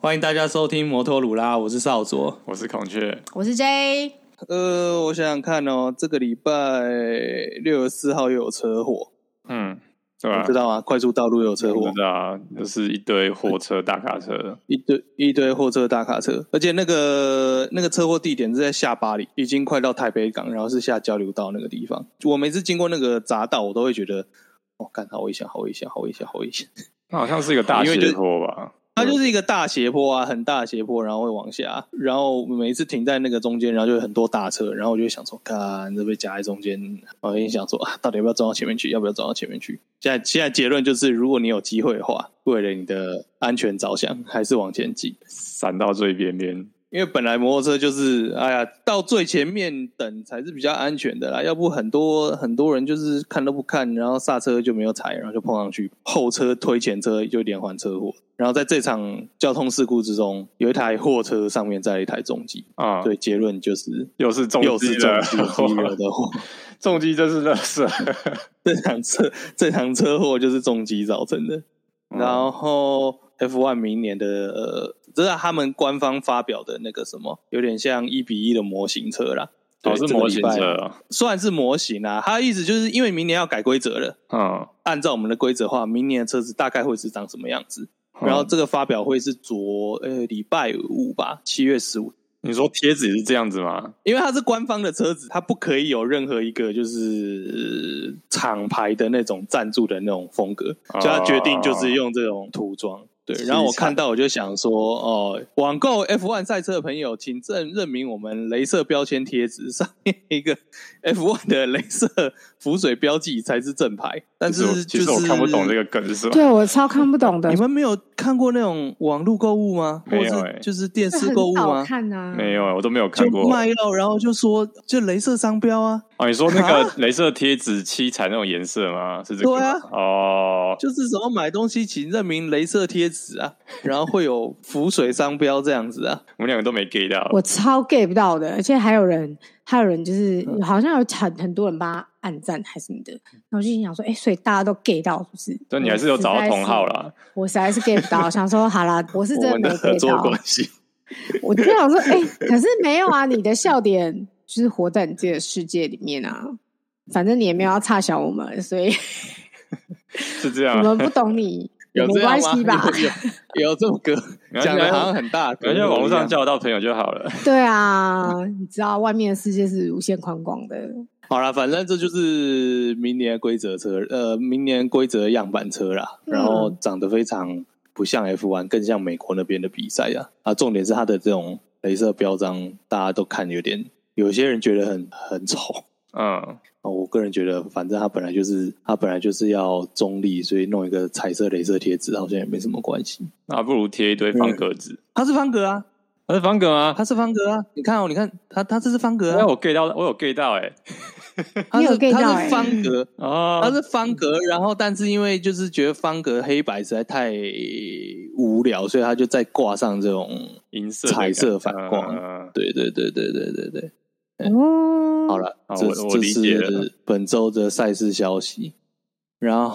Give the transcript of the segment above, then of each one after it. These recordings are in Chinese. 欢迎大家收听摩托鲁拉，我是少佐。我是孔雀，我是 J，呃，我想想看哦，这个礼拜六十四号又有车祸，嗯，对你吧、知道吗？快速道路又有车我祸不，知道啊，就是一堆货车、大卡车，一堆一堆货车、大卡车，而且那个那个车祸地点是在下巴黎，已经快到台北港，然后是下交流道那个地方。我每次经过那个匝道，我都会觉得，哦，干好危险，好危险，好危险，好危险。那好像是一个大因为就斜坡吧？它就是一个大斜坡啊，很大的斜坡，然后会往下，然后每一次停在那个中间，然后就有很多大车，然后我就会想说，看这被夹在中间，我就想说啊，到底要不要撞到前面去？要不要撞到前面去？现在现在结论就是，如果你有机会的话，为了你的安全着想，还是往前挤，闪到最边边，因为本来摩托车就是，哎呀，到最前面等才是比较安全的啦，要不很多很多人就是看都不看，然后刹车就没有踩，然后就碰上去，后车推前车就连环车祸。然后在这场交通事故之中，有一台货车上面载了一台重机，啊、对，结论就是又是重又击是重了，机惹的祸。 重击真是乐色。 这场车这场车祸就是重机造成的。嗯然后 F1 明年的呃，这是他们官方发表的那个什么，有点像一比一的模型车啦。哦，对是模型，这个礼车拜啊，算是模型啊。它的意思就是因为明年要改规则了，嗯，按照我们的规则的话，明年的车子大概会是长什么样子。然后嗯这个发表会是昨呃礼拜五吧，七月十五，你说贴纸也是这样子吗？因为它是官方的车子，它不可以有任何一个就是、呃厂牌的那种赞助的那种风格，哦所以它决定就是用这种涂装。对，凄惨然后我看到我就想说，哦，网购 F1 赛车的朋友，请证认明我们镭射标签贴纸上面一个 F1 的镭射浮水标记才是正牌。但其实我是其就是实我看不懂这个梗是什么。对啊我超看不懂的你，们没有看过那种网络购物吗？没有或欸是就是电这视很购物好吗？看啊，没有，我都没有看就过。卖到，然后就说就镭射商标啊，哦，你说那个镭射贴纸七彩那种颜色吗？是这个吗？对啊哦，就是什么买东西请认明镭射贴纸啊，然后会有浮水商标这样子啊。我们两个都没 get 到。我超 get 不到的，而且还有人，还有人就是好像有很很多人帮他按赞还是什么的，然后我就心想说，哎、所以大家都 get 到是不是？但你还是有找到同号了。啦。我实在是 get 不到，想说好啦，我是真我的们没的合 get 作到。关系，我就想说，哎、可是没有啊，你的笑点就是活在你自己的世界里面啊。反正你也没有要差小我们，所以是这我样。们不懂你，也没关系吧？有有这么个没关系讲的好像很大，感觉网络上交得到朋友就好了。对啊，你知道外面的世界是无限宽广的。好啦，反正这就是明年的规则车，呃，明年规则样板车啦，嗯然后长得非常不像 F1，更像美国那边的比赛啊。啊，重点是它的这种镭射标章，大家都看有点，有些人觉得很很丑。嗯，哦，我个人觉得，反正它本来就是它本来就是要中立，所以弄一个彩色镭射贴纸好像也没什么关系。那还不如贴一堆方格子。它是方格啊，那是方格吗？它是方格啊！你看哦，你看它它这是方格那啊，我 get 到，我有 get 到哎。它你有是 get 到它欸是方格，它哦，是方格，然后但是因为就是觉得方格黑白实在太无聊，所以它就再挂上这种，银色的感彩色反光嗯嗯对对对对对对对。哦，好，了，好这啊我我这理解了是本周的赛事消息。然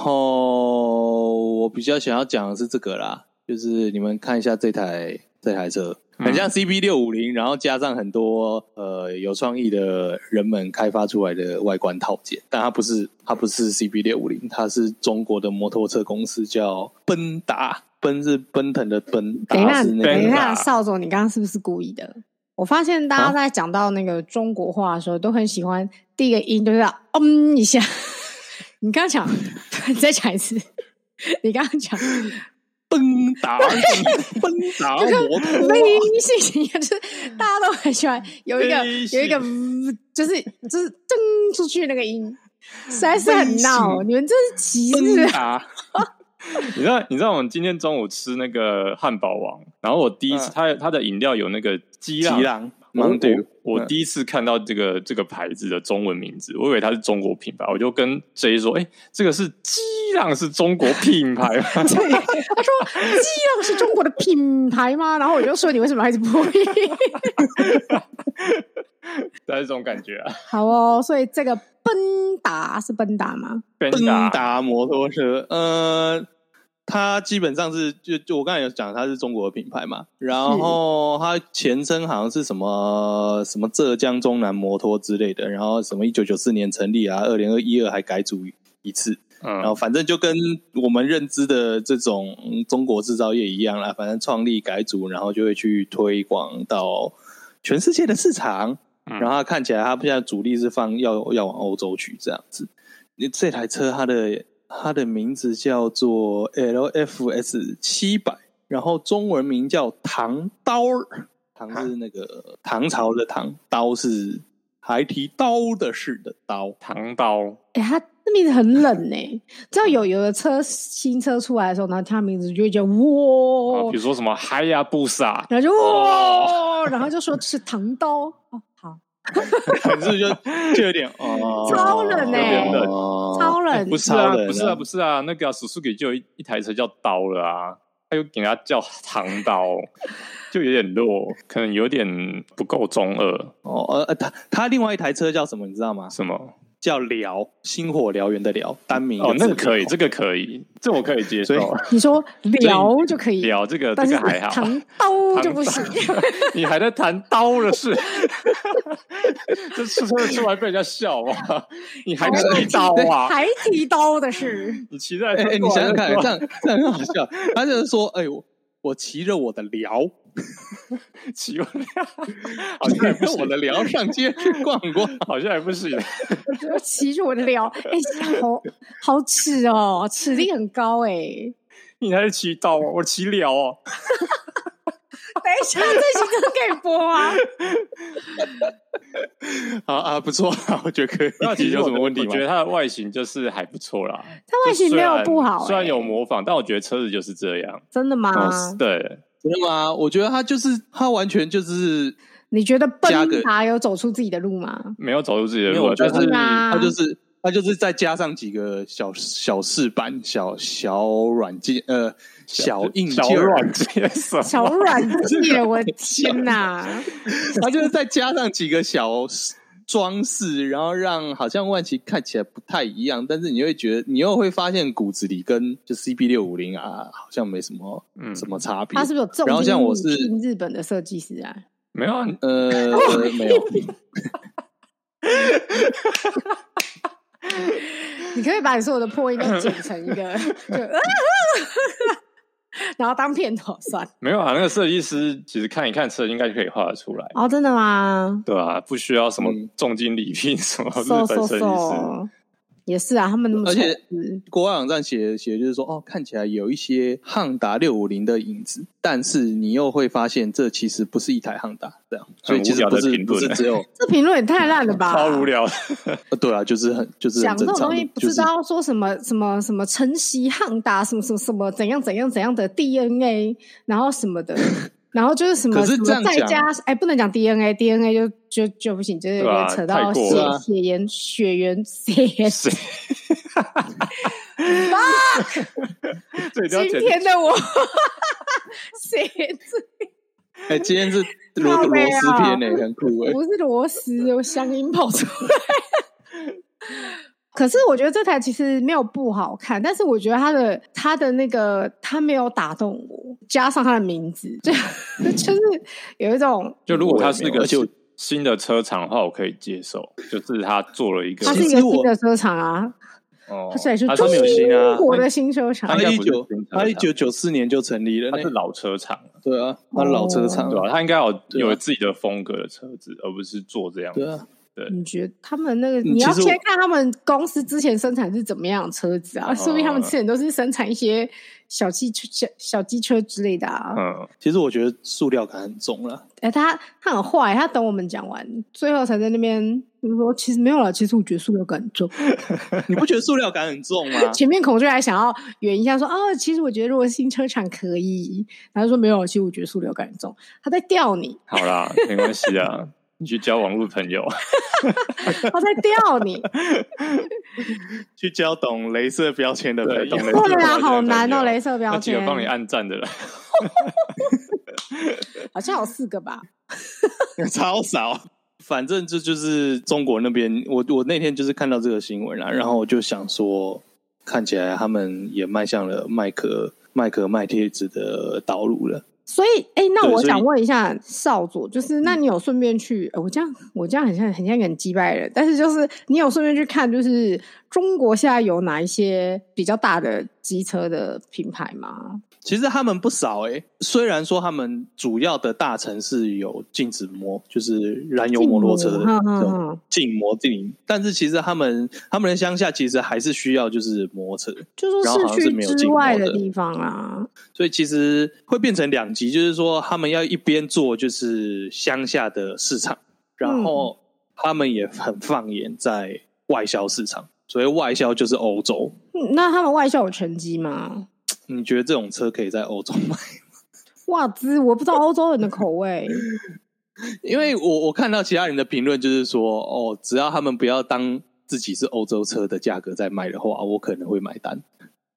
后我比较想要讲的是这个啦，就是你们看一下这台这台车，嗯很像 CB 六五零，然后加上很多呃有创意的人们开发出来的外观套件，但它不是它不是 CB 六五零，它是中国的摩托车公司叫奔达，奔是奔腾的奔，等一达下，是那个等一大下，少总，你刚刚是不是故意的？我发现大啊家在讲到那个中国话的时候，都很喜欢第一个音就是要嗯一下。你刚刚讲，你再讲一次。你刚刚讲，奔达 奔达摩托那音性情也就是大家都很喜欢有一个微信有一个，嗯就是就是噔出去那个音，实在是很微闹。你们这是歧视奔 达。你知道你知道我们今天中午吃那个汉堡王，然后我第一次嗯它它的饮料有那个鸡吉浪。朗我芒我杜，我第一次看到这个这个牌子的中文名字，我以为它是中国品牌，我就跟 J 说：“哎、这个是激浪是中国品牌吗？” 对，他说激浪是中国的品牌吗？然后我就说你为什么还是播 音？大概是这种感觉啊。好哦，所以这个奔达是奔达吗？奔奔达达摩托车，呃，它基本上是就就我刚才有讲，它是中国的品牌嘛，然后它前身好像是什么什么浙江中南摩托之类的，然后什么一九九四年成立啊，二零二一二还改组一次，然后嗯，反正就跟我们认知的这种嗯中国制造业一样啦，反正创立改组，然后就会去推广到全世界的市场。嗯然后它看起来它现在主力是放要要往欧洲去这样子。你这台车它的它的名字叫做 LFS 七百，然后中文名叫唐刀儿，唐是那个唐朝的唐，刀是还提刀的事的刀。 唐刀，哎、它那名字很冷呢、知道有有的车新车出来的时候，然后它名字就会觉得啊哦哇比，如说什么嗨呀 布萨，然后就哇，然后就说是唐刀哦，好，你是不是就就有点哦，超冷欸有点冷哦超冷哎不是是啊超，冷，不是啊，不是啊，那个啊叔叔给就有一一台车叫刀了啊，他又给他叫唐 刀，就有点弱，可能有点不够中二，哦，呃，呃他他另外一台车叫什么，你知道吗？什么？叫燎，星火燎原的燎，单名一哦，字那个可以，燎这个可以，这我可以接所以受。你说聊就可 以，聊这个但这是个还好，唐刀就不行。 你还在谈刀的事， 这吃车出来被人家笑 啊！你 还提刀啊？还提刀的是，你骑在哎、哎你想想 看，这样这样很好笑。他就是说，哎、我我骑着我的燎， 骑完好骑像也不着 我行，的燎上街去逛 逛。 好像也不行。我觉得骑着我的 聊，哎、好好尺哦，尺力很高哎、你还是骑刀啊？我骑了哦，等一下，这首歌可以播 啊？啊啊，不错啊，我觉得可以。那有什么问题我吗觉？得它的外形就是还不错啦，它外形没有不好、虽然哎有模仿，但我觉得车子就是这样。哦真的吗？对，真的吗？我觉得他就是他完全就是你觉得加奔个达有走出自己的路吗？没有走出自己的没路有，啊，就但是是啊它就是它就是再加上几个小小饰板、小小软件、呃小硬小件，软件什么小软件，我的天哪！ 它就是再加上几个小装饰，然后让好像万奇看起来不太一样，但是你会觉得你又会发现骨子里跟就 CB 六五零啊好像没什么、嗯什么差别他。是不是有重然后像我是金日本的设计师啊？ 没有啊？呃， 呃没有，你可以把你所有的破音都剪成一个，就 然后当片头算。没有啊？那个设计师其实看一看车应该就可以画得出来。哦，真的吗？对啊，不需要什么嗯重金礼聘，什么日瘦本瘦设计师，瘦，也是啊，他们那么而且丑嗯国外网站写写就是说，哦，看起来有一些汉达六五零的影子，但是你又会发现这其实不是一台汉达这样，所以其实不很无是聊的评不论是只有，这评论也太烂了吧，超无。聊的。呃对啊，就是很就是讲很这正种常东西的，不就知是道说什么什么什么晨曦汉达什么什么什么怎样怎样怎样的 DNA，然后什么 的，然后就是什么可是什么这样再讲加哎不能讲 DNA，DNA 就就就不行，就是有对啊点扯太到过血了血缘血缘血缘。谁 这一定要今剪天的我， 谁这哎，今天是螺 靠螺北啊丝片呢，很酷哎，不是螺丝，有乡音跑出来。可是我觉得这台其实没有不好看，但是我觉得它的它的那个它没有打动我，加上它的名字，就就是有一种就如果它是一我也没有个而且我新新的车厂的话，我可以接受，就是他做了一个它，是一其个实我新的车厂啊，哦它虽然是它中上面有新啊，国的新车厂它他应该一不是九新车他一厂九九四年就成立了它是呢，老车厂，对啊，他老车厂对，吧、它应该有对啊有自己的风格的车子，而不是做这样对子。啊，你觉得他们那个？嗯你要其实我先看他们公司之前生产是怎么样的车子啊？哦说不定他们之前都是生产一些小汽车、小小机车之类的啊。嗯，其实我觉得塑料感很重 了，哎、他他很坏，他等我们讲完，最后才在那边就是说，其实没有了。其实我觉得塑料感很重，？你不觉得塑料感很重吗前面孔雀还想要圆一下说，哦，其实我觉得如果新车厂可以，然后说没有，其实我觉得塑料感很重，他在吊你，好 啦，没关系啊，你去交网络朋友。他在吊你，去教懂镭射标签的对懂 对镭射啊，标好签难哦，朋友镭射标那几个签，帮你按赞的了，好像有四个吧，超少。反正啊这就是中国那边，我我那天就是看到这个新闻啦，然后我就想说，看起来他们也迈向了麦克麦克麦贴纸的道路了。所以，哎、那对我所以嗯想问一下少佐，就是那你有顺便去？呃我这样，我这样很像很像一个很击败人，但是就是你有顺便去看，就是中国现在有哪一些比较大的机车的品牌吗？其实他们不少诶、虽然说他们主要的大城市有禁止摩，就是燃油摩托车禁的摩哈嗯哈这哈种禁摩禁营，但是其实他们他们的乡下其实还是需要就是摩托车，就说然后好像市是没区有之进口外的的地方啊，所以其实会变成两极，就是说他们要一边做就是乡下的市场，然嗯后他们也很放眼在外销市场，所以外销就是欧洲。嗯那他们外销有成绩吗？你觉得这种车可以在欧洲卖？哇兹，我不 知道欧洲人的口味，因为我我看到其他人的评论就是说，哦，只要他们不要当自己是欧洲车的价格在卖的话，我可能会买单。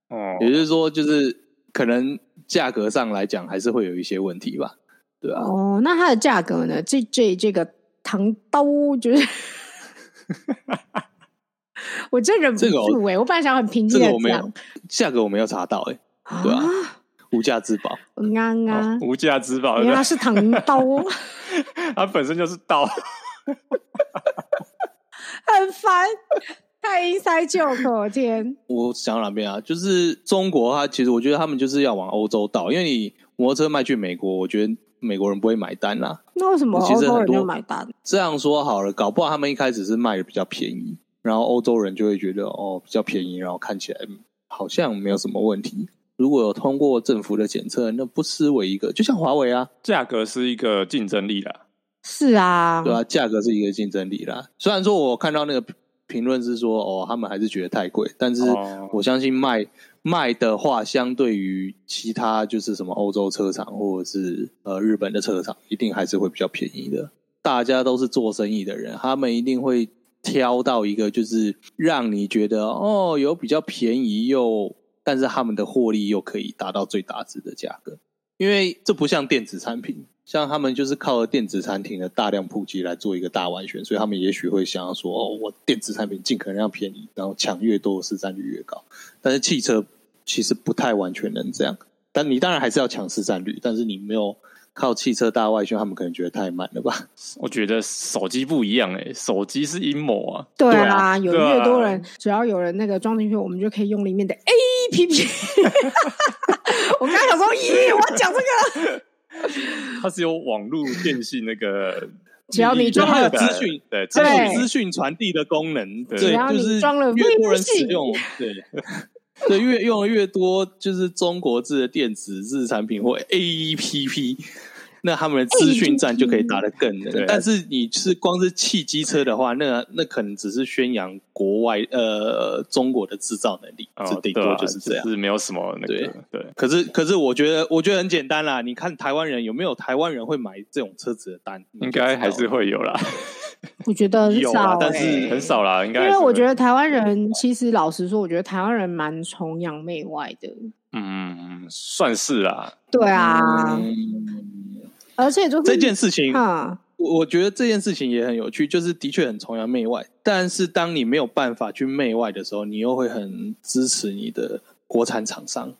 哦，也就是说，就是可能价格上来讲还是会有一些问题吧，对啊。哦，那它的价格呢？这这这个糖刀就是，我真忍不这个我住哎、我本来想很平这静的个我没有讲，价格我没有查到、欸，啊对啊无价之宝。我刚哦刚无价之宝，原来是糖刀， 它本身就是刀，很烦，太 inside joke，了天，我想到哪边啊？就是中国，它其实我觉得他们就是要往欧洲倒，因为你摩托车卖去美国，我觉得美国人不会买单啊啦。那为什么其欧实洲很人就多买单？这样说好了，搞不好他们一开始是卖的比较便宜，然后欧洲人就会觉得哦比较便宜，然后看起来嗯好像没有什么问题。如果有通过政府的检测，那不失为一个，就像华为啊，价格是一个竞争力啦。是啊，对啊，价格是一个竞争力啦。虽然说我看到那个评评论是说哦，他们还是觉得太贵，但是哦啊我相信卖卖的话，相对于其他就是什么欧洲车厂或者是呃日本的车厂，一定还是会比较便宜的。大家都是做生意的人，他们一定会挑到一个就是让你觉得哦，有比较便宜又，但是他们的获利又可以达到最大值的价格，因为这不像电子产品。像他们就是靠了电子产品的大量普及来做一个大玩旋，所以他们也许会想要说，哦，我电子产品尽可能要便宜，然后抢越多的市占率越高。但是汽车其实不太完全能这样，但你当然还是要抢市占率，但是你没有靠汽车大外宣，他们可能觉得太慢了吧。我觉得手机不一样哎、手机是阴谋啊，对对啊，啊有对越啊多人，只要有人那个装进去，我们就可以用里面的 A P P。我刚想说，咦，我要讲这个，，它是有网络电信那个 只要你装就它了有资讯，对，这资对有讯资讯传递的功能，对对只要，就你是装了越多人 VPC 使用， 对，对，越用的越多，就是中国制的电子制产品或 APP，那他们的资讯战就可以打得更对能。但是你是光是汽机车的话，那那可能只是宣扬国外呃中国的制造能力，哦只顶多对啊就是这样。是没有什么那对个对。可是，可是我觉得，我觉得很简单啦。你看台湾人有没有台湾人会买这种车子的单？嗯你就应该知道还是了会有啦，我觉 得很有少、欸啊，但是很少啦，应该因还是为会我觉得台湾人其实老实说，我觉得台湾人蛮崇洋媚外的。嗯，算是啦，对啊，嗯而且就是这件事情，啊，我我觉得这件事情也很有趣，就是的确很崇洋媚外，但是当你没有办法去媚外的时候，你又会很支持你的国产厂商。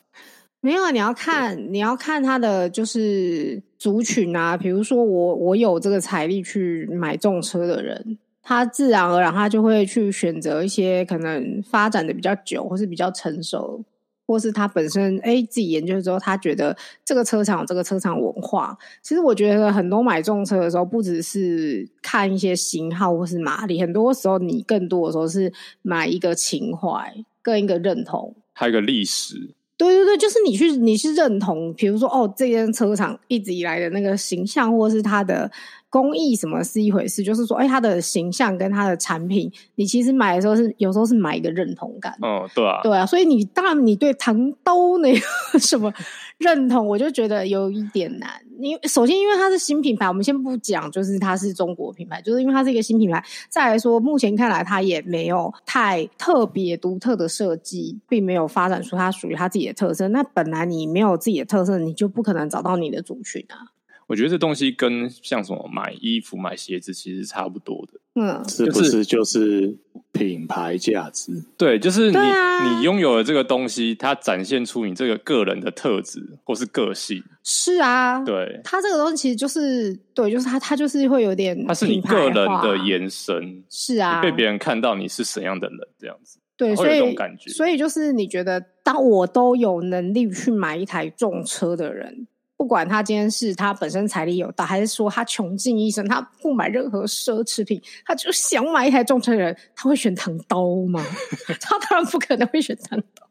没有啊，你要看你要看他的就是族群啊，比如说我我有这个财力去买重车的人。他自然而然，他就会去选择一些可能发展的比较久，或是比较成熟，或是他本身哎、自己研究之后，他觉得这个车厂有这个车厂文化，其实我觉得很多买重车的时候，不只是看一些型号或是马力，很多时候你更多的时候是买一个情怀跟一个认同。还有个历史，对对对，就是你去你是认同，比如说哦，这间车厂一直以来的那个形象，或是它的工艺什么是一回事，就是说，哎，它的形象跟它的产品，你其实买的时候是有时候是买一个认同感。嗯，对啊，对啊，所以你当然你对唐兜那个 什么认同，我就觉得有一点难。因为首先，因为它是新品牌，我们先不讲，就是它是中国品牌，就是因为它是一个新品牌。再来说，目前看来它也没有太特别独特的设计，并没有发展出它属于它自己的特色。那本来你没有自己的特色，你就不可能找到你的族群啊。我觉得这东西跟像什么买衣服、买鞋子其实差不多的。嗯，是不是就是品牌价值？对，就是你、对啊你拥有了这个东西，它展现出你这个个人的特质或是个性。是啊，对，它这个东西其实就是对，就是它它就是会有点它是你品牌个人化的延伸，是啊，被别人看到你是什么样的人，这样子。对，会所有以这种感觉所以就是你觉得，当我都有能力去买一台重车的人，不管他今天是他本身财力有大，还是说他穷尽一生，他不买任何奢侈品，他就想买一台重车的人，他会选唐刀吗？ 他当然不可能会选唐刀。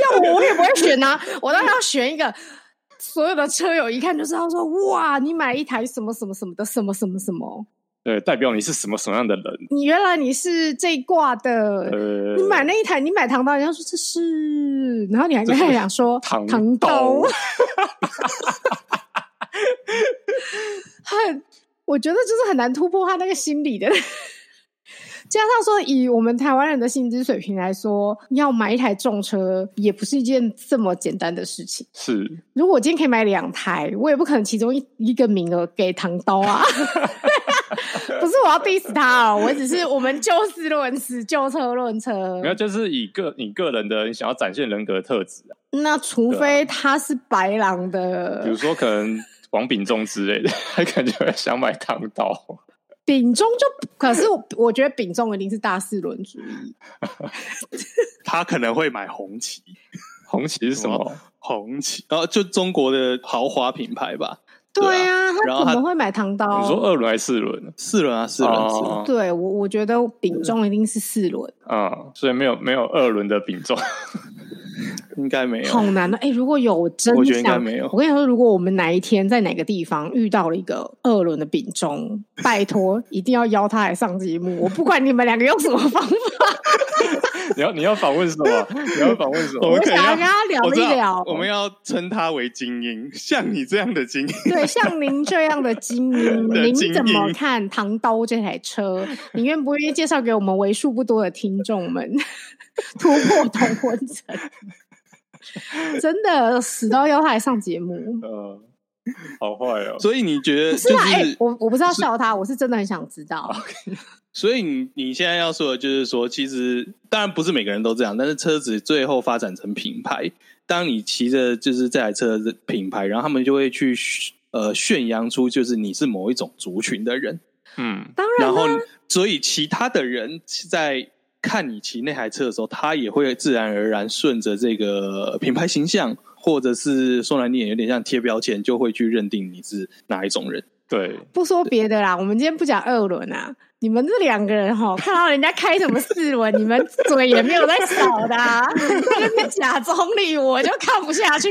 要我，我也不会选啊！我当然要选一个所有的车友一看就知道说，哇，你买一台什么什么什么的什么什么什么，对，代表你是什么什么样的人。你原来你是这一挂的，呃，你买那一台，你买唐刀，人家说这是，然后你还跟他讲说这是唐糖刀刀， 很，我觉得就是很难突破他那个心理的。加上说，以我们台湾人的薪资水平来说，要买一台重车也不是一件这么简单的事情。是如果我今天可以买两台，我也不可能其中一一个名额给唐刀 啊。不是我要 diss 他哦，我只是我们就事论事，就车论车。没有，就是以个你个人的你想要展现人格的特质啊，那除非他是白狼比的如说可能王炳忠之类的， 他感觉会想买唐刀。丙中就，可是我我觉得丙中一定是大四轮主义，他可能会买红旗，红旗是什么？红旗，然后哦就中国的豪华品牌吧，对啊，然他后怎他么会买唐刀？你说二轮还是四轮？四轮啊，四轮，四轮。哦对我我觉得丙中一定是四轮，嗯，所以没有没有二轮的品种，应该没有好。难哦。哎、如果有我真我觉得应该想，没有我跟你说，如果我们哪一天在哪个地方遇到了一个二轮的丙 中，拜托一定要邀他来上节目，我不管你们两个用什么方法， 你要你要访问什么？你要访问什我们？么我可以想要要跟他聊我知一聊道，。我们要称他为精英，像你这样的精英， 对，像您这样的精英，的您精怎么英看唐刀这台车？你愿不愿意介绍给我们为数不多的听众们， 突破同婚 层？真的死都要他来上节目。呃，好坏哦，所以你觉得不就是哦啊，哎、是，我我不是要笑他，我是真的很想知道。所以你你现在要说的就是说，其实当然不是每个人都这样，但是车子最后发展成品牌，当你骑着就是这台车的品牌，然后他们就会去呃宣扬出就是你是某一种族群的人，嗯，当然然后啦，所以其他的人在看你骑那台车的时候，他也会自然而然顺着这个品牌形象，或者是说难听点，有点像贴标签，就会去认定你是哪一种人。对，不说别的啦，我们今天不讲二轮啊。你们这两个人哈，看到人家开什么 四轮，你们嘴也没有在少的、啊， 在那边假中立，我就看不下去。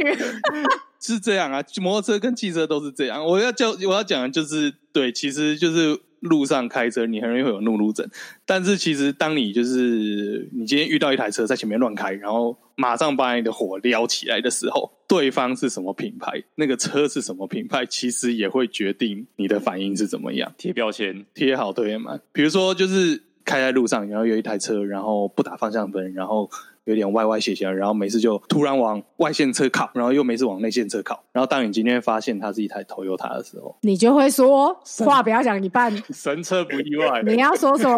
是这样啊，摩托车跟汽车都是这样。我要叫我要讲的就是，对，其实就是路上开车，你很容易会有怒路症。但是其实当你就是你今天遇到一台车在前面乱开，然后马上把你的火撩起来的时候，对方是什么品牌，那个车是什么品牌，其实也会决定你的反应是怎么样。贴标签，贴好对满，比如说就是开在路上，然后有一台车，然后不打方向灯，然后有点歪歪斜斜，然后每次就突然往外线车靠，然后又每次往内线车靠。然后当你今天发现它是一台 Toyota 的时候，你就会说话不要讲 一半，神车不意外，你要说什么？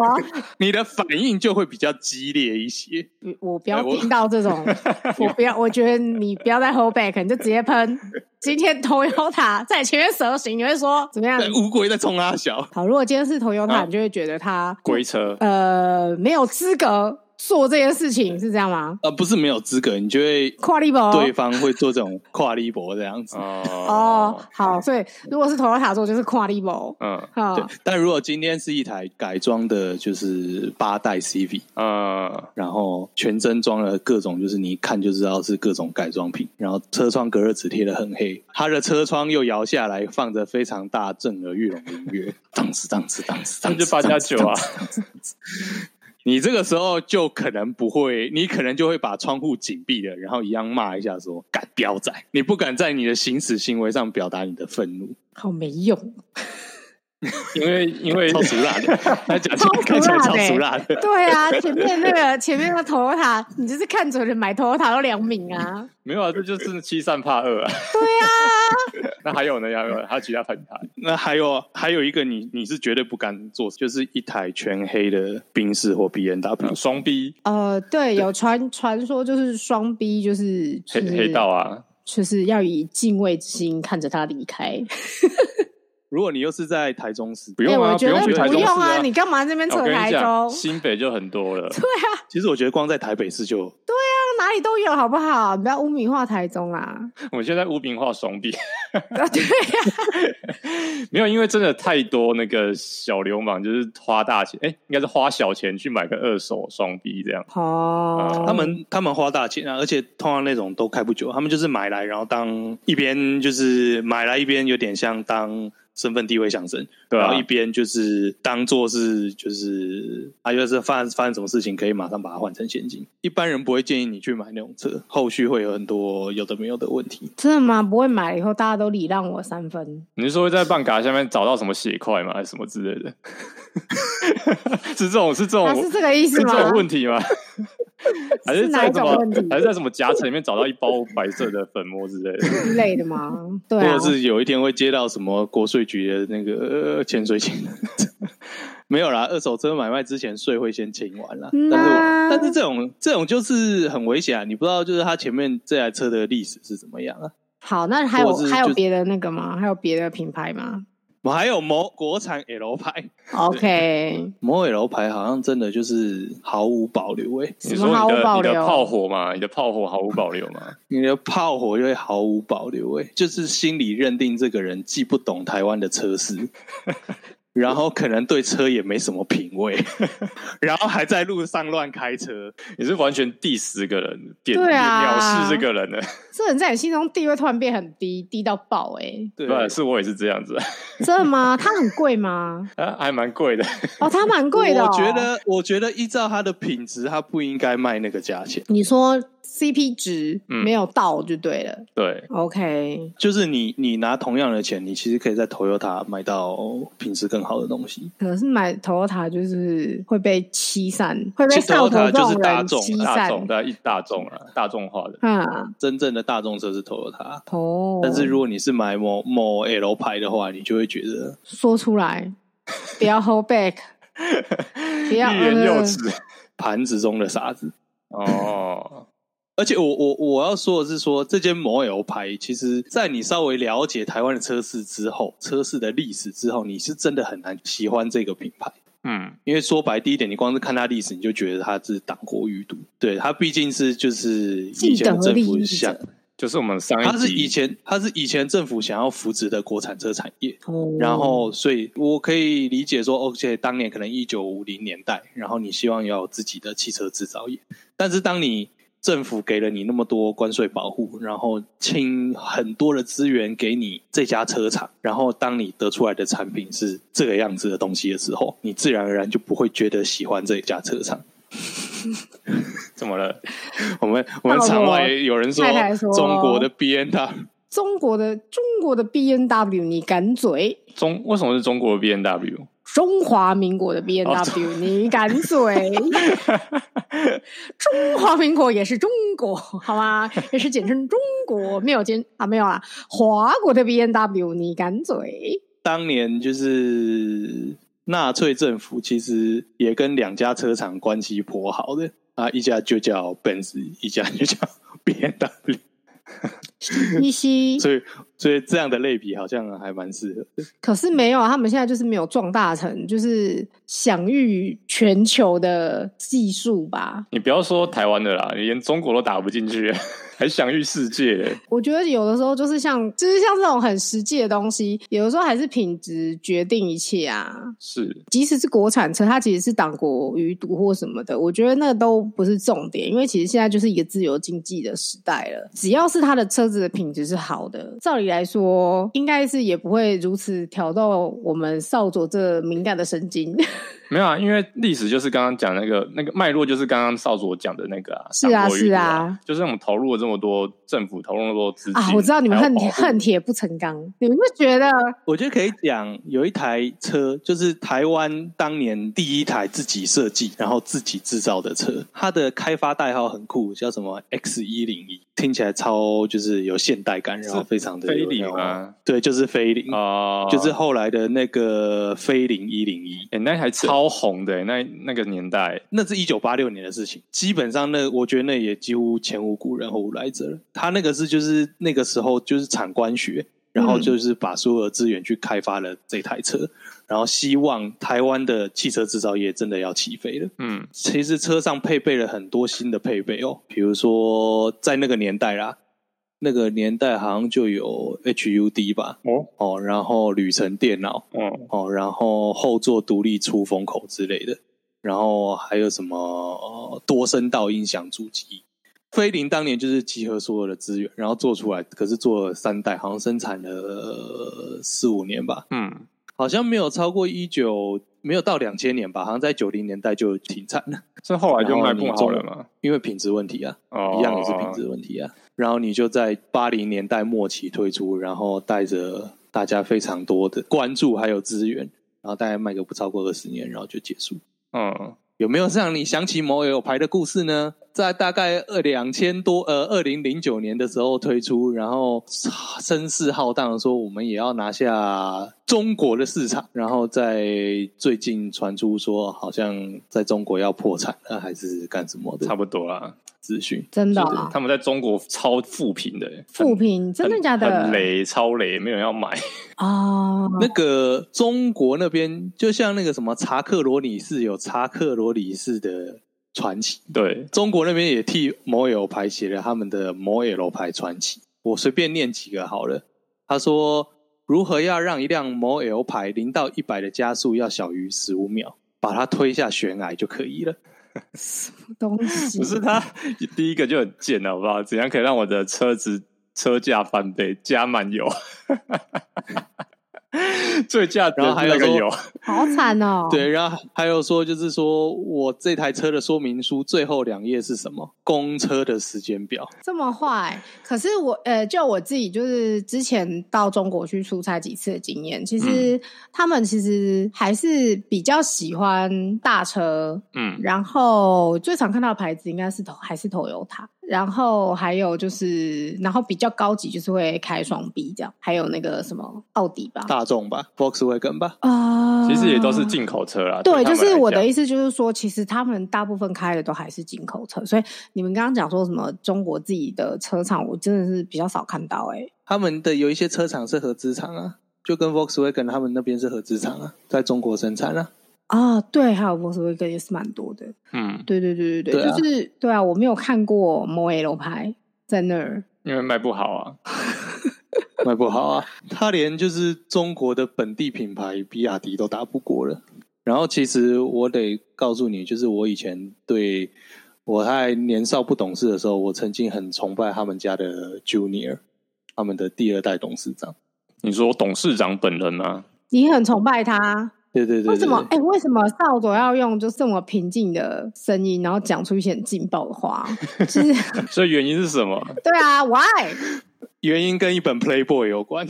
你的反应就会比较激烈一些。我不要哎我听到这种，哎 我不要，我觉得你不要再 hold back，你就直接 喷。今天 Toyota 在前面蛇行，你会说怎么样对？ 嗯乌龟在冲它小，好，如果今天是 Toyota，、啊你就会觉得他龟车，呃没有资格做这件事情，是这样吗？呃，不是没有资格，你就会跨立博对方会做这种跨立博这样子。哦哦，，好，所以如果是 Toyota 做，就是跨立博。嗯啊、对，但如果今天是一台改装的，就是八代 CV，嗯，然后全身装了各种，就是你一看就知道是各种改装品。然后车窗隔热纸贴的很黑，它的车窗又摇下来，放着非常大震耳欲聋的音乐，当时当时当时那当时就八加九啊。，你这个时候就可能不会，你可能就会把窗户紧闭了，然后一样骂一下说“敢彪仔”，你不敢在你的行驶行为上表达你的愤怒，好没用。因为因为超俗辣 的，他讲起来看起来超俗辣的。欸对啊，前面那个前面那个 Toyota，你就是看准了买 Toyota 都良民啊。没有啊，这就是欺善怕恶啊。对啊，那还有呢？还有还有其他品牌？那还有还有一个你你是绝对不敢做，就是一台全黑的宾士或 B N W。双 B 呃，对，有传传说就是双 B，就是黑黑道，啊，就是就是要以敬畏之心看着他离开。如果你又是在台中市，不用哎啊，我觉用得去台不中市用啊。你干嘛这边我扯跟你台中？讲，那新北就很多 了。其实我觉得光在台北市哦就哪里都有，好不好？不要污名化台中啦。我现在污名化双 B，啊对啊 没有，因为真的太多那个小流氓，就是花大钱，哎、应该是花小钱去买个二手双 B 这样。哦，啊他们他们花大钱啊，而且通常那种都开不久，他们就是买来，然后当一边就是买来一边有点像当身份地位象征，对啊然后一边就是当做是就是啊，就是发生发生什么事情可以马上把它换成现金。一般人不会建议你去买那种车，后续会有很多有的没有的问题。真的吗？不会买了以后大家都礼让我三分，你是说会在棒卡下面找到什么血块吗？还是什么之类的？ 是这种是这种他啊是这个意是思哦这吗种？问题吗？还是在哪一什种么问题？还是在什么夹层里面找到一包白色的粉末之类的？之类的吗？对啊或者，是有一天会接到什么国税局的那个呃潜水钱， 没有啦，二手车买卖之前税会先清完啦。嗯但是啊我但是这种这种就是很危险啊，你不知道就是他前面这台车的历史是怎么样啊。好，那还有或者是还有就别的那个吗？还有别的品牌吗我还有某国产 L 牌， ？OK，某 L 牌好像真的就是毫无保留欸诶、你什说么毫你无的保你的炮留？火嘛，你的炮火毫无保留嘛？你的炮火就会毫无保留诶、就是心里认定这个人既不懂台湾的车市，然后可能对车也没什么品味，然后还在路上乱开车。你是完全第十个人，点对啊藐视这个人的，这人在你心中地位突然变很低，低到爆哎、对对，是我也是这样子， 真的吗？它很贵吗？啊，还蛮贵的。哦，它蛮贵的、哦。我觉得，我觉得依照它的品质，它不应该卖那个价钱。你说 CP 值嗯没有到就对了。对， OK，就是你，你拿同样的钱，你其实可以在 Toyota 买到品质更好的东西。可是买 Toyota 就是会被欺善，会被其实上头 Toyota 这就是种大人众欺大善。众的一大众啊，大众化的。嗯，真正的大众车是 Toyota，哦，但是如果你是买某某 L 牌的话，你就会觉得说出 来，不要 hold back，不欲要嗯言又止盘子中的沙子。 哦，而且我我我要说的是说，这间某 L 牌，其实在你稍微了解台湾的车市之后，车市的历史之后，你是真的很难喜欢这个品牌。嗯，因为说白第一点，你光是看它历史，你就觉得它是党国余毒。对，它毕竟是就是以既前得的政利府益想者，。就是我们上一集它是以前它是以前政府想要扶植的国产车产业。哦然后，所以我可以理解说，OK，当年可能一九五零年代，然后你希望要有自己的汽车制造业，但是当你政府给了你那么多关税保护，然后倾很多的资源给你这家车厂，然后当你得出来的产品是这个样子的东西的时候，你自然而然就不会觉得喜欢这家车厂。怎么了？我们我们场外有人说太太说中国的 B N W 中国的中国的 B N W，你敢嘴？中为什么是中国 B N W？中华民国的 B N 哦 W，、你敢嘴？中华民国也是中国，好吗？也是简称中国，没有简啊，没有啦。华国的 B N W，你敢嘴？当年就是纳粹政府其实也跟两家车厂关系颇好的啊，一家就叫 Benz，一家就叫 B N W，依稀，所以所以这样的类比好像还蛮适合。可是没有啊，他们现在就是没有壮大成，就是享誉全球的技术吧。你不要说台湾的啦，你连中国都打不进去， 还享誉世界嘞。我觉得有的时候就是像，就是像这种很实际的东西，有的时候还是品质决定一切啊。是，即使是国产车，它其实是党国余毒或什么的，我觉得那都不是重点，因为其实现在就是一个自由经济的时代了。只要是它的车子的品质是好的，照理来说，应该是也不会如此挑逗我们少佐这敏感的神经。没有啊，因为历史就是刚刚讲那个那个脉络，就是刚刚少佐讲的那个啊，是啊党国运动是啊啊，就是我们投入了这么多政府投入了那么多资金啊！我知道你们还有恨保护恨铁不成钢，你们就 觉得我觉得可以讲有一台车，就是台湾当年第一台自己设计，然后自己制造的车，它的开发代号很酷，叫什么 X 一零一，听起来超就是有现代感，然后非常的非有那礼种吗？对，就是菲林，啊，就是后来的那个菲林一零一，哎、那台超红的、那那个年代，那是一九八六年的事情，基本上那我觉得那也几乎前无古人后无来者了。他那个是就是那个时候就是产官学，然后就是把所有的资源去开发了这台车，然后希望台湾的汽车制造业真的要起飞了。嗯，其实车上配备了很多新的配备哦，比如说在那个年代啦，那个年代好像就有 HUD 吧，哦，哦，然后旅程电脑，嗯，哦，然后后座独立出风口之类的，然后还有什么、呃多声道音响主机。菲林当年就是集合所有的资源，然后做出来，可是做了三代，好像生产了呃四五年吧，嗯，好像没有超过一九，没有到两千年吧，好像在九零年代就停产了，是后来就卖然后你不好了嘛？因为品质问题啊，哦，一样也是品质问题啊。然后你就在八零年代末期推出，然后带着大家非常多的关注还有资源，然后大概卖个不超过二十年，然后就结束。嗯，有没有让你想起某有牌的故事呢？在大概二两千多呃二零零九年的时候推出，然后声势浩荡的说我们也要拿下中国的市场，然后在最近传出说好像在中国要破产了，还是干什么的差不多啦。资讯？真的啊他们在中国超富平的、欸，富平很真的假的很雷，超雷，没有人要买。 啊？那个中国那边，就像那个什么查克罗里士有查克罗里士的传奇，对，中国那边也替摩 L 牌写了他们的摩 L 牌传奇。我随便念几个好了。他说，如何要让一辆摩 L 牌零到一百的加速要小于十五秒，把它推下悬崖就可以了。东西不是 他第一个就很贱，好不好？怎样可以让我的车子车价翻倍，加满油？ 最价值然后还有那个说油，好 惨哦！对，然后还有说，就是说我这台车的说明书最后两页是什么？公车的时间表。这么坏，可是我呃，就我自己就是之前到中国去出差几次的经验，其嗯实他们其实还是比较喜欢大车，嗯，然后最常看到的牌子应该是头还是 Toyota，然后还有就是，然后比较高级就是会开双 B 这样，还有那个什么奥迪吧，大众吧，Volkswagen 吧，啊、其实也都是进口车啦。对，他们就是来我的讲意思，就是说，其实他们大部分开的都还是进口车，所以你们刚刚讲说什么中国自己的车厂，我真的是比较少看到、欸。他们的有一些车厂是合资厂啊，就跟 Volkswagen 他们那边是合资厂啊，在中国生 产啊。啊，对，还有 Volkswagen 也是蛮多的。嗯，对对对对对，对啊就是对啊，我没有看过 m o L 牌在那儿。因为卖不好啊。卖不好啊，他连就是中国的本地品牌比亚迪都打不过了。然后其实我得告诉你，就是我以前对我还年少不懂事的时候，我曾经很崇拜他们家的 Junior，他们的第二代董事长。你说董事长本人啊吗？你很崇拜他，对对对对为什么？对哎、为什么少佐要用就这么平静的声音，然后讲出一些很劲爆的话？ 就是所以原因是什么？对啊，Why？原因跟一本 Playboy 有 关。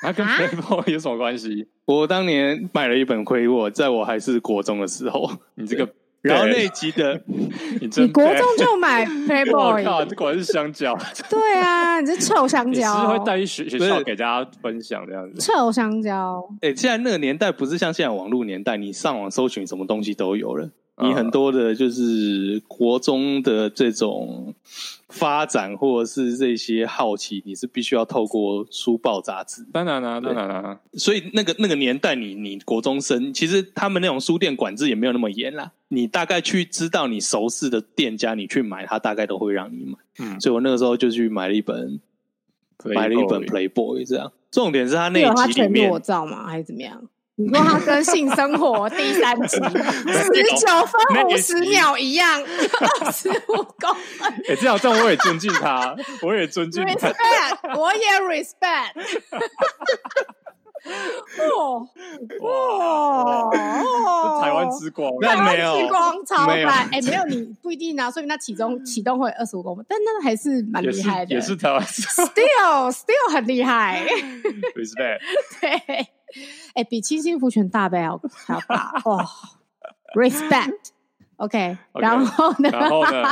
它跟啊 Playboy 有什么关系？我当年买了一本 Playboy，在我还是国中的时候，你这个，然后那一集的你真你国背中就买 我靠， Playboy，这果然是香蕉，对啊，你这臭香你是蕉，不是会带去学学不是校给大家分享这样子。臭香蕉。哎、现在那个年代不是像现在网络年代，你上网搜寻什么东西都有了。嗯你很多的就是国中的这种发展，或者是这些好奇，你是必须要透过书报杂志。当然啦，当然啊啦，所以那个那个年代你，你国中生，其实他们那种书店管制也没有那么严啦。你大概去知道你熟识的店家，你去买，他大概都会让你买。嗯，所以我那个时候就去买了一本，买了一本 Playboy 这样。重点是他那有他一集里全面裸照吗？还是怎么样？你说他跟性生活第三集十 九分五十秒一样，二十五公分。 哎、这样这样我也尊敬他，我也尊敬他。 respect，我也 respect。哦哦，这台湾之光，那台湾没有之光超没有白，哎，没有你不一定啊，说明它启动启动会二十五公分，但那还是蛮也厉是害的，也是台湾之 still still 很厉害， respect。对，哎、比清新福泉大杯还要还要大哦，respect。OK，, OK，然后呢？然后 呢，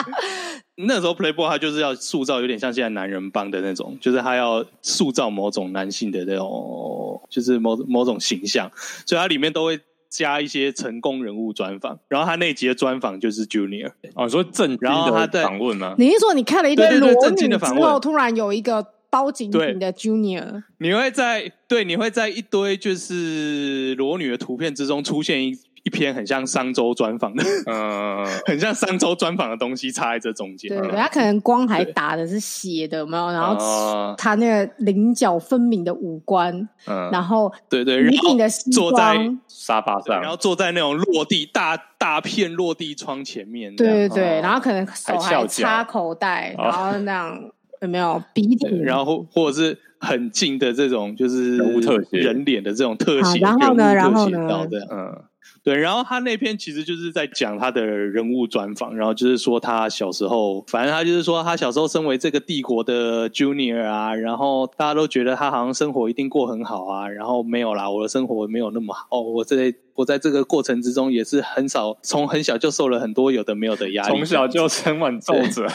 那时候 Playboy 他就是要塑造有点像现在男人帮的那种，就是他要塑造某种男性的那种，就是某某种形象，所以它里面都会加一些成功人物专访。然后他那一集的专访就是 Junior，哦，你说正经然后他的在访问吗？你是说你看了一堆对对对裸正女经的之访后，问突然有一个包紧对紧的 Junior？你会在对你会在一堆就是裸女的图片之中出现一一篇很像商周专访的， 嗯，很像商周专访的东西插在这中间。对嗯对，他可能光还对哦打的是斜的，有没有？然后啊他那个棱角分明的五官，嗯，然后对对，然一定后的西坐在装，沙发对然上后坐在那种落地大大片落地窗前面这样，对对哦对，然后可能手还翘还脚插口袋，哦然后那样有 没有鼻对顶？然后或者是很近的这种就是人物特写人脸的这种特好写，然后呢人物特然后写呢到这样。嗯，对，然后他那篇其实就是在讲他的人物专访，然后就是说他小时候，反正他就是说他小时候身为这个帝国的 junior 啊，然后大家都觉得他好像生活一定过很好啊，然后没有啦，我的生活没有那么好，哦我在我在这个过程之中也是很少，从很小就受了很多有的没有的压力，从小就身挽奏 者，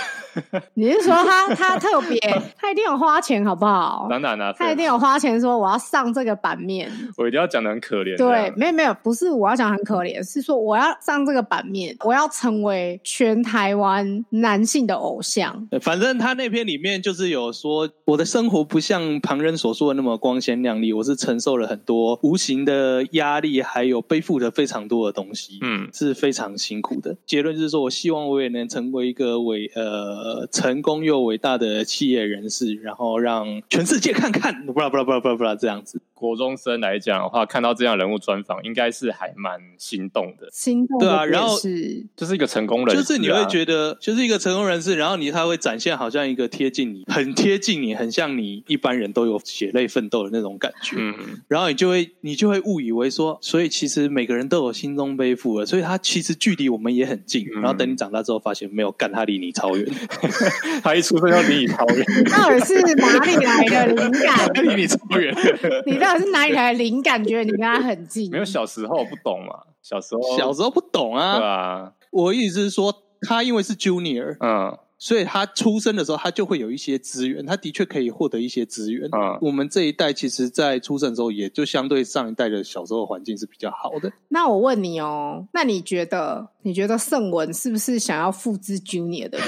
你是说他他特别，他一定有花钱，好不好？当然啦，他一定有花钱，说我要上这个版面。我一定要讲的很可怜，对，，没有没有，不是我要讲很可怜，是说我要上这个版面，我要成为全台湾男性的偶像。呃反正他那篇里面就是有说，我的生活不像旁人所说的那么光鲜亮丽，我是承受了很多无形的压力，还有背负着非常多的东西，嗯，是非常辛苦的。结论就是说，我希望我也能成为一个伟呃成功又伟大的企业人士，然后让全世界看看，不啦不啦不啦不啦不啦这样子。国中生来讲的话，看到这样人物专访，应该是还蛮心动的，心动对啊的也然后是就是一个成功人士就啊，是你会觉得，就是一个成功人士，然后你他会展现好像一个贴近你，很贴近你，很像你一般人都有血泪奋斗的那种感觉。嗯， 然后你就会你就会误以为说，所以其实每个人都有心中背负了，所以他其实距离我们也很近。嗯然后等你长大之后，发现没有，干他离你 超远，他一出生就离你超远，你到底是哪里来的灵感？ 离你超远。 你到底是哪里来的灵感？觉得你跟他很近？没有小时候不懂嘛，小时候小时候不懂对啊，啊，我意思是说，他因为是 junior，嗯所以他出生的时候他就会有一些资源，他的确可以获得一些资源。嗯我们这一代其实，在出生的时候，也就相对上一代的小时候环境是比较好的。那我问你哦，那你觉得你觉得盛文是不是想要复制 Junior 的路？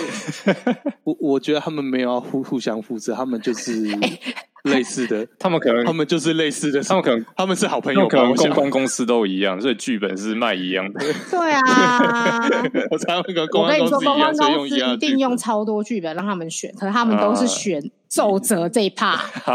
我我觉得他们没有要互互相复制，他们就是 类似的，他们可能他们就是类似的，他们可能他们是好朋那友可吧？能我公想，关公司都一样，所以剧本是卖一样 的。 对啊，我常常跟公我关跟你公司说，公一样，关所以公用司样一的啊定剧用本超多剧本让他们选，可是他们都是选奏折这一趴，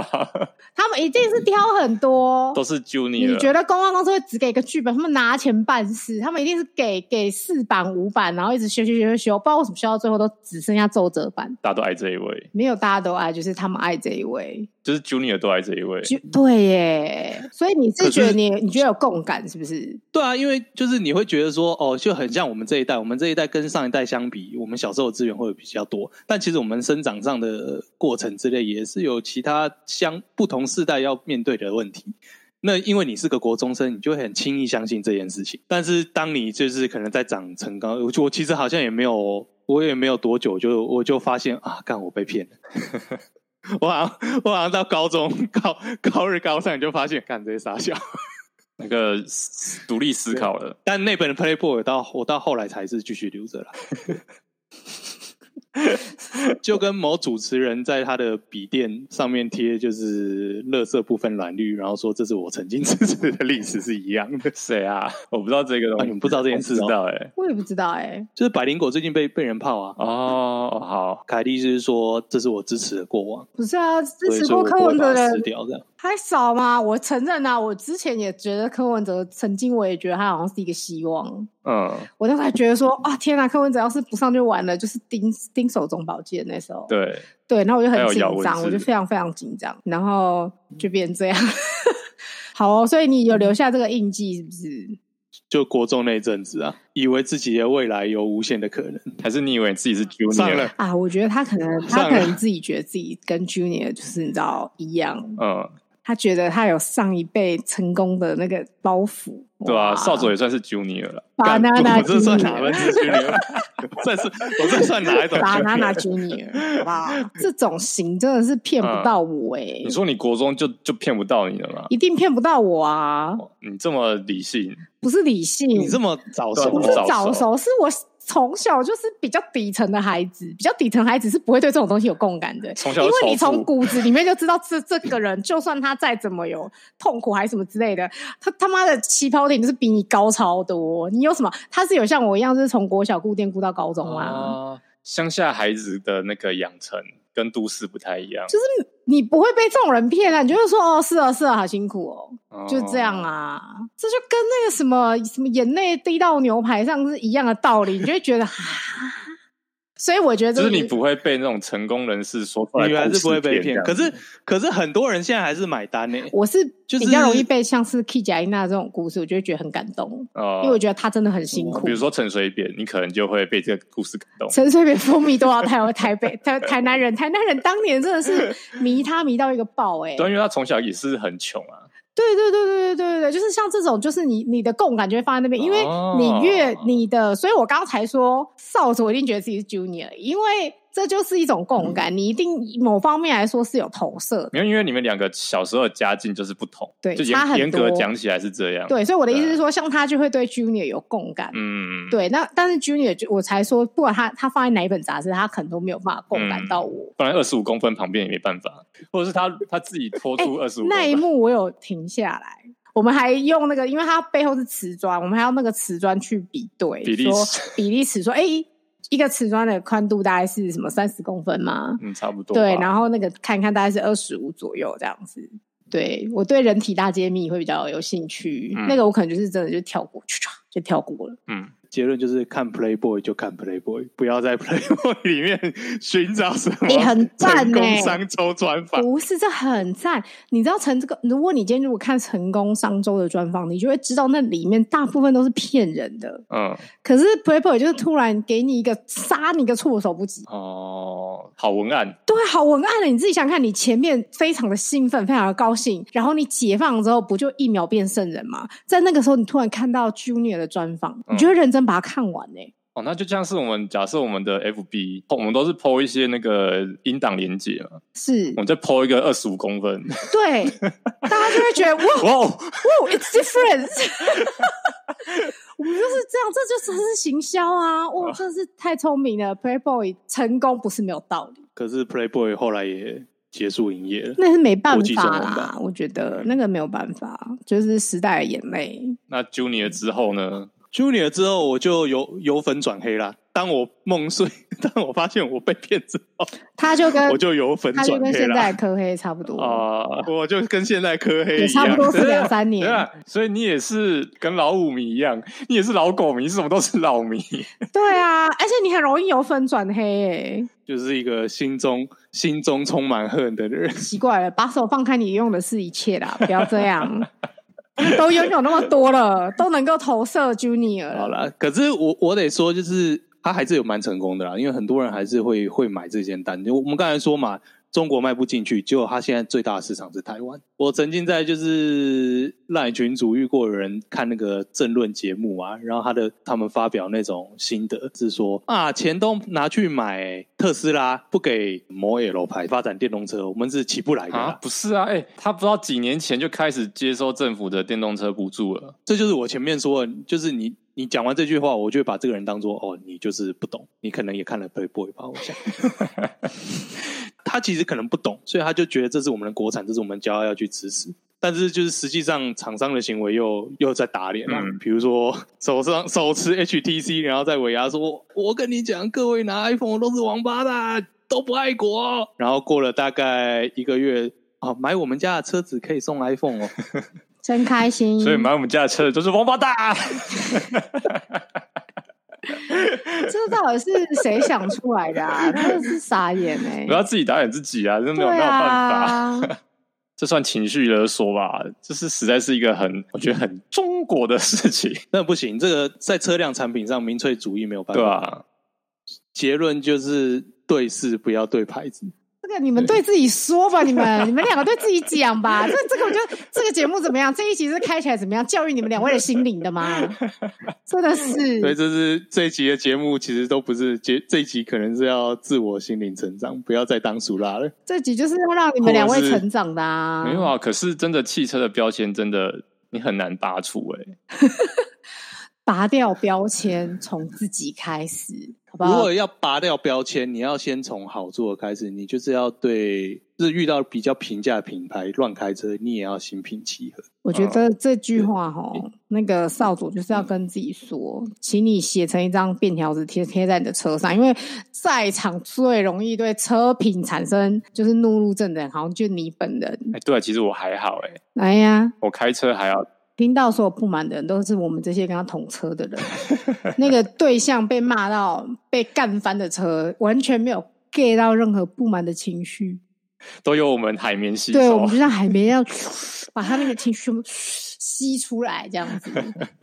他们一定是挑很多。都是 junior，你觉得公关公司会只给一个剧本？他们拿钱办事，他们一定是给给四版五版，然后一直修修修修修，不知道为什么修到最后都只剩下奏折版，大家都爱这一位，没有大家都爱，就是他们爱这一位。就是 junior 都爱这一位。就对耶，所以你可是是觉得你你觉得有共感是不是？对啊，因为就是你会觉得说，哦，就很像我们这一代，我们这一代跟上一代相比，我们小时候的资源会比较多，但其实我们生长上的过程之类，也是有其他相不同世代要面对的问题。那因为你是个国中生，你就会很轻易相信这件事情。但是当你就是可能在长成高，我我其实好像也没有，我也没有多久就我就发现啊，干我被骗了。 我好像我好像到高中高高二高三你就发现，干这些傻笑。那个独立思考 了，但那本的 Playboy 我到我到后来才是继续留 着了，就跟某主持人在他的笔电上面贴就是“垃圾不分蓝绿”，然后说这是我曾经支持的历史是一样的。谁啊？我不知道这个东啊西，你们不知道这件事哦我不知道哎。我也不知道哎、就是百灵果最近被被人泡啊，哦，好，凯莉就是说这是我支持的过往，不是啊，支所以持说我过柯不会文哲把的它撕人掉这样。还少吗？我承认啊，我之前也觉得柯文哲，曾经我也觉得他好像是一个希望。嗯，我那时候还觉得说，啊，天哪，柯文哲要是不上就完了，就是钉钉手中宝剑那时候。对，对，然后我就还很有紧咬文张，字我就非常非常紧张，然后就变这样。 好哦，所以你有留下这个印记是不嗯是？就国中那一阵子啊，以为自己的未来有无限的可能，还是你以为自己是上 junior？了啊，我觉得他可能他上可来能自己觉得自己跟 Junior 就是你知道一样，嗯，他觉得他有上一辈成功的那个包袱，对啊，哇少佐也算是 junior 了。巴干拿拿 我这算哪门 Junior，子 junior？这 是我这算哪一 种巴拿 junior？拿 Junior，好不好？ 这种型真的是骗不到我哎、你说你国中就就骗不到你了吗？一定骗不到我啊！你这么理性，不是理性，你这么早熟对不我是啊，早早熟熟，是我从小就是比较底层的孩子，比较底层孩子是不会对这种东西有共感的，从因小就为你仇从富骨子里面就知道这这个人，就算他再怎么有痛苦还是什么之类的，他他妈的起跑点就是比你高超多。你有什么？他是有像我一样，就是从国小固定顾到高中啊。啊！乡下孩子的那个养成跟都市不太一样，你不会被这种人骗啊！你就会说哦，是啊，是啊，好辛苦哦。哦就这样。啊，这就跟那个什么什么眼泪滴到牛排上是一样的道理，你就会觉得， 哈所以我觉得这就是你不会被那种成功人士说出来，女孩是不会被骗。可是是可是很多人现在还是买单呢、我是就是比较容易被像是 K 贾伊娜这种故事，我就会觉得很感动，呃因为我觉得她真的很辛苦比。如说陈水扁，你可能就会被这个故事感动。陈水扁风靡多少台湾、台北、台 台南人，台南人当年真 的是迷他迷到一个爆哎、对，因为他从小也是很穷啊，对对对对对对对，就是像这种，就是你你的共感就会放在那边，因为哦你越你的，所以我刚才说少佐一定觉得自己是 junior，因为这就是一种共感，你一定某方面来说是有投射的。没有，因为你们两个小时候的家境就是不同，对就差很严严格多讲起来是这样。，对，所以我的意思是说，像他就会对 junior 有共感。嗯，对，那但是 Junior 就我才说，不管他他放在哪一本杂志，他可能都没有办法共感到我。不然二十五公分旁边也没办法，或者是他他自己拖出二十五。哎 那一幕我有停下来，我们还用那个，因为它背后是瓷砖，我们还用那个瓷砖去比对，比例说尺比例尺说，哎、一个瓷砖的宽度大概是什么三十公分吗？嗯，差不多吧。对，然后那个看看大概是二十五左右这样子。对我对人体大揭秘会比较有兴趣，嗯那个我可能就是真的就跳过，唰就跳过了。嗯，结论就是看 Playboy 就看 Playboy，不要在 Playboy 里面寻找什么哎很赞成功欸商周专访。不是，这很赞。你知道成这个，如果你今天如果看成功商周的专访，你就会知道那里面大部分都是骗人的。嗯，可是 Playboy 就是突然给你一个杀你一个措手不及，哦，好文案，对，啊好文案了。你自己想看，你前面非常的兴奋，非常的高兴，然后你解放之后，不就一秒变圣人吗？在那个时候，你突然看到 Junior 的专访，你就会认真把它看完欸呢、哦，那就像是我们假设我们的 FB，我们都是 PO 一些那个音档连接嘛，是 我们再 PO 一个二十五公分， 对，大家就会觉得哇哇哦，哇，it's different 。我们就是这样，这就真是行销啊！哇，真的是太聪明了，Playboy 成功不是没有道理。可是 Playboy 后来也结束营业了，那是没办国际中法文啦吧，我觉得那个没有办法，就是时代的眼泪。那 Junior 之后呢？ Junior 之后，我就由由粉转黑啦。当我梦碎， 当我发现我被骗之后，他就跟我就由粉他就转跟黑现在啦。的科黑差不多，啊，我就跟现在科黑也一差不样，多是对啊两三对年。啊，所以你也是跟老五迷一样，你也是老狗迷，什么都是老迷。对啊，而且你很容易由粉转黑、欸，就是一个心中心中充满恨的人。奇怪了，把手放开，你用的是一切啦，不要这样。都拥有那么多了，都能够投射 Junior 好了。啦，可是我我得说，就是他还是有蛮成功的啦，因为很多人还是会会买这件单。就我们刚才说嘛，中国卖不进去，结果他现在最大的市场是台湾。我曾经在就是赖群组遇过有人看那个政论节目啊，然后他的他们发表那种心得是说啊，钱都拿去买特斯拉，不给摩 L 牌发展电动车，我们是起不来的啦、 啊，不是啊，哎、他不知道几年前就开始接收政府的电动车补助了。这就是我前面说的，就是你你讲完这句话，我就会把这个人当做哦，你就是不懂，你可能也看了 Playboy 吧，我想。他其实可能不懂，所以他就觉得这是我们的国产，这是我们骄傲要去支持。但是就是实际上厂商的行为又又在打脸了、嗯 比如说手上手持 HTC，然后在尾牙说：“我跟你讲，各位拿 iPhone 都是王八蛋，都不爱国。”然后过了大概一个月，哦，买我们家的车子可以送 iPhone 哦。真开心。所以买我们家的车的都是王八蛋。这到底是谁想出来的啊？真的是傻眼哎、不要自己打脸自己啊，真的没有、对没有办法。啊，这算情绪勒索吧？这是实在是一个很我觉得很中国的事情，那不行，这个在车辆产品上民粹主义没有办 对法。啊吧、结论就是对事不要对牌子。这个你们对自己说吧，你们你们两个对自己讲吧。这这个我觉得这个节目怎么样？这一集是开起来怎么样？教育你们两位的心灵的吗？真的所以这是，是这一集的节目，其实都不是节，这一集可能是要自我心灵成长，不要再当属辣了。这集就是要让你们两位或者是成长的啊。没有啊，可是真的汽车的标签真的你很难拔出哎、拔掉标签，从自己开始，好不如好果？要拔掉标签，你要先从好做开始，你就是要对，就是遇到比较平价的品牌乱开车，你也要心平气和。我觉呃得这句话哦，那个少主就是要跟自己说，请你写成一张便条纸贴贴在你的车上，因为在场最容易对车品产生就是怒路症的人，好像就你本人。哎，对啊，其实我还好哎、哎呀，我开车还好，听到所有不满的人都是我们这些跟他同车的人，那个对象被骂到被干翻的车，完全没有 get 到任何不满的情绪。都有我们海绵吸对，收我们就。像海绵一样， 把他那个情绪全部吸出来，这样子。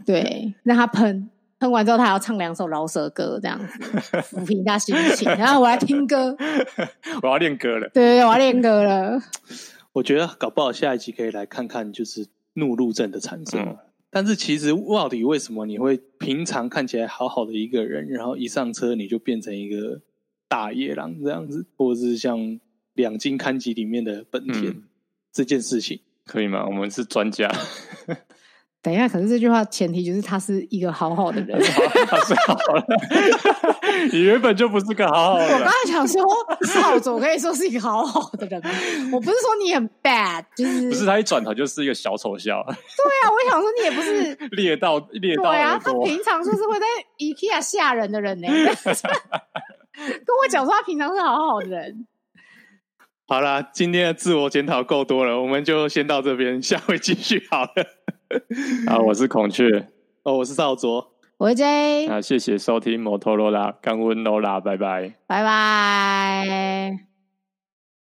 对，让他喷，喷完之后他还要唱两首饶舌歌，这样子抚平他心情。然后我来听歌，对 我要练歌了，对对，我要练歌了。 我觉得搞不好下一集可以来看看，就是怒路症的产生。嗯但是其实到底为什么你会平常看起来好好的一个人，然后一上车你就变成一个大野狼这样子，或者是像《两金刊集》里面的本田、嗯这件事情？可以吗？我们是专家， 等一下，可是这句话前提就是他是一个好好的人。他是好了，你原本就不是个好好我刚的。才想说，少佐可以说是一个好好的人吗，啊我不是说你很 bad，就是不是他一转头就是一个小丑笑， 对啊，我想说你也不是猎到猎到对耳啊，他朵，平常就是会 在 IKEA 吓人的人呢、 跟我讲说他平常是好好人。好啦，今天的自我检讨够多了，我们就先到这边，下回继续好了。啊，我是孔雀，哦，我是少卓，我是 J，那谢谢收听摩托罗拉，干温罗拉，拜拜。拜拜。